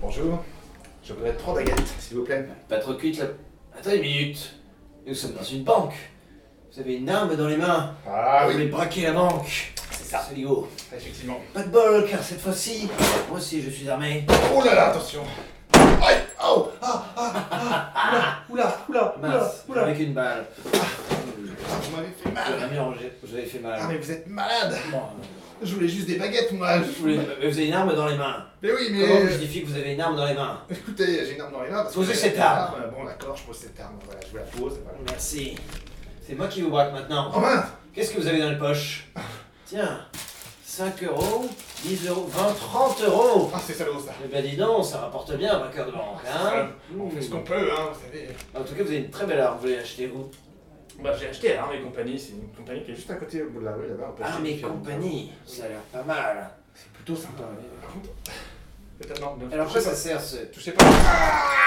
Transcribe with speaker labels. Speaker 1: Bonjour. Je voudrais trois baguettes, s'il vous plaît.
Speaker 2: Pas trop cuite là. Attends une minute. Nous sommes dans une banque. Vous avez une arme dans les mains.
Speaker 1: Ah
Speaker 2: vous voulez braquer la banque.
Speaker 1: c'est ça.
Speaker 2: Soligo.
Speaker 1: Ah, Effectivement.
Speaker 2: Pas de bol, car cette fois-ci, moi aussi je suis armé.
Speaker 1: Oh là là, attention. Aïe, oh, ah, ah, ah, oula, oula, oula,
Speaker 2: Mince,
Speaker 1: oula, oula.
Speaker 2: avec une balle.
Speaker 1: Ah, vous m'avez fait
Speaker 2: Je
Speaker 1: mal.
Speaker 2: l'ai mis en jet, Vous avez fait
Speaker 1: Ah, mais
Speaker 2: mal.
Speaker 1: vous êtes malade.
Speaker 2: Bon,
Speaker 1: Je voulais juste des baguettes, moi.
Speaker 2: je voulais- Mais vous avez une arme dans les mains.
Speaker 1: Mais oui, mais. euh,
Speaker 2: Comment on justifie que vous avez une arme dans les mains
Speaker 1: Écoutez, j'ai une arme dans les mains. parce que
Speaker 2: Posez
Speaker 1: j'ai
Speaker 2: cette
Speaker 1: une
Speaker 2: arme.
Speaker 1: Bon, d'accord, je pose cette arme. Voilà, je vous la pose. Voilà.
Speaker 2: Merci. C'est moi qui vous braque maintenant.
Speaker 1: Oh mince
Speaker 2: Qu'est-ce que vous avez dans les poches Tiens, 5 euros, 10 euros, 20, 30 euros.
Speaker 1: Ah, c'est salaud ça.
Speaker 2: Eh ben dis donc, ça rapporte bien, braqueur de banque, hein
Speaker 3: Bon,
Speaker 1: On fait ce qu'on peut, hein, vous savez.
Speaker 2: Bah, En tout cas, vous avez une très belle arme, vous l'avez achetée vous
Speaker 3: Bah, j'ai acheté Arme et compagnie, c'est une compagnie qui est juste.
Speaker 1: Juste à côté, au bout de la rue, là-bas, on peut acheter
Speaker 2: Arme et
Speaker 1: une ferme.
Speaker 2: compagnie, Ah, ça a l'air pas mal.
Speaker 1: C'est plutôt sympa. mais Par contre,
Speaker 3: Peut-être non, bien
Speaker 2: Alors quoi ça sert ce...
Speaker 1: touchez pas. Ah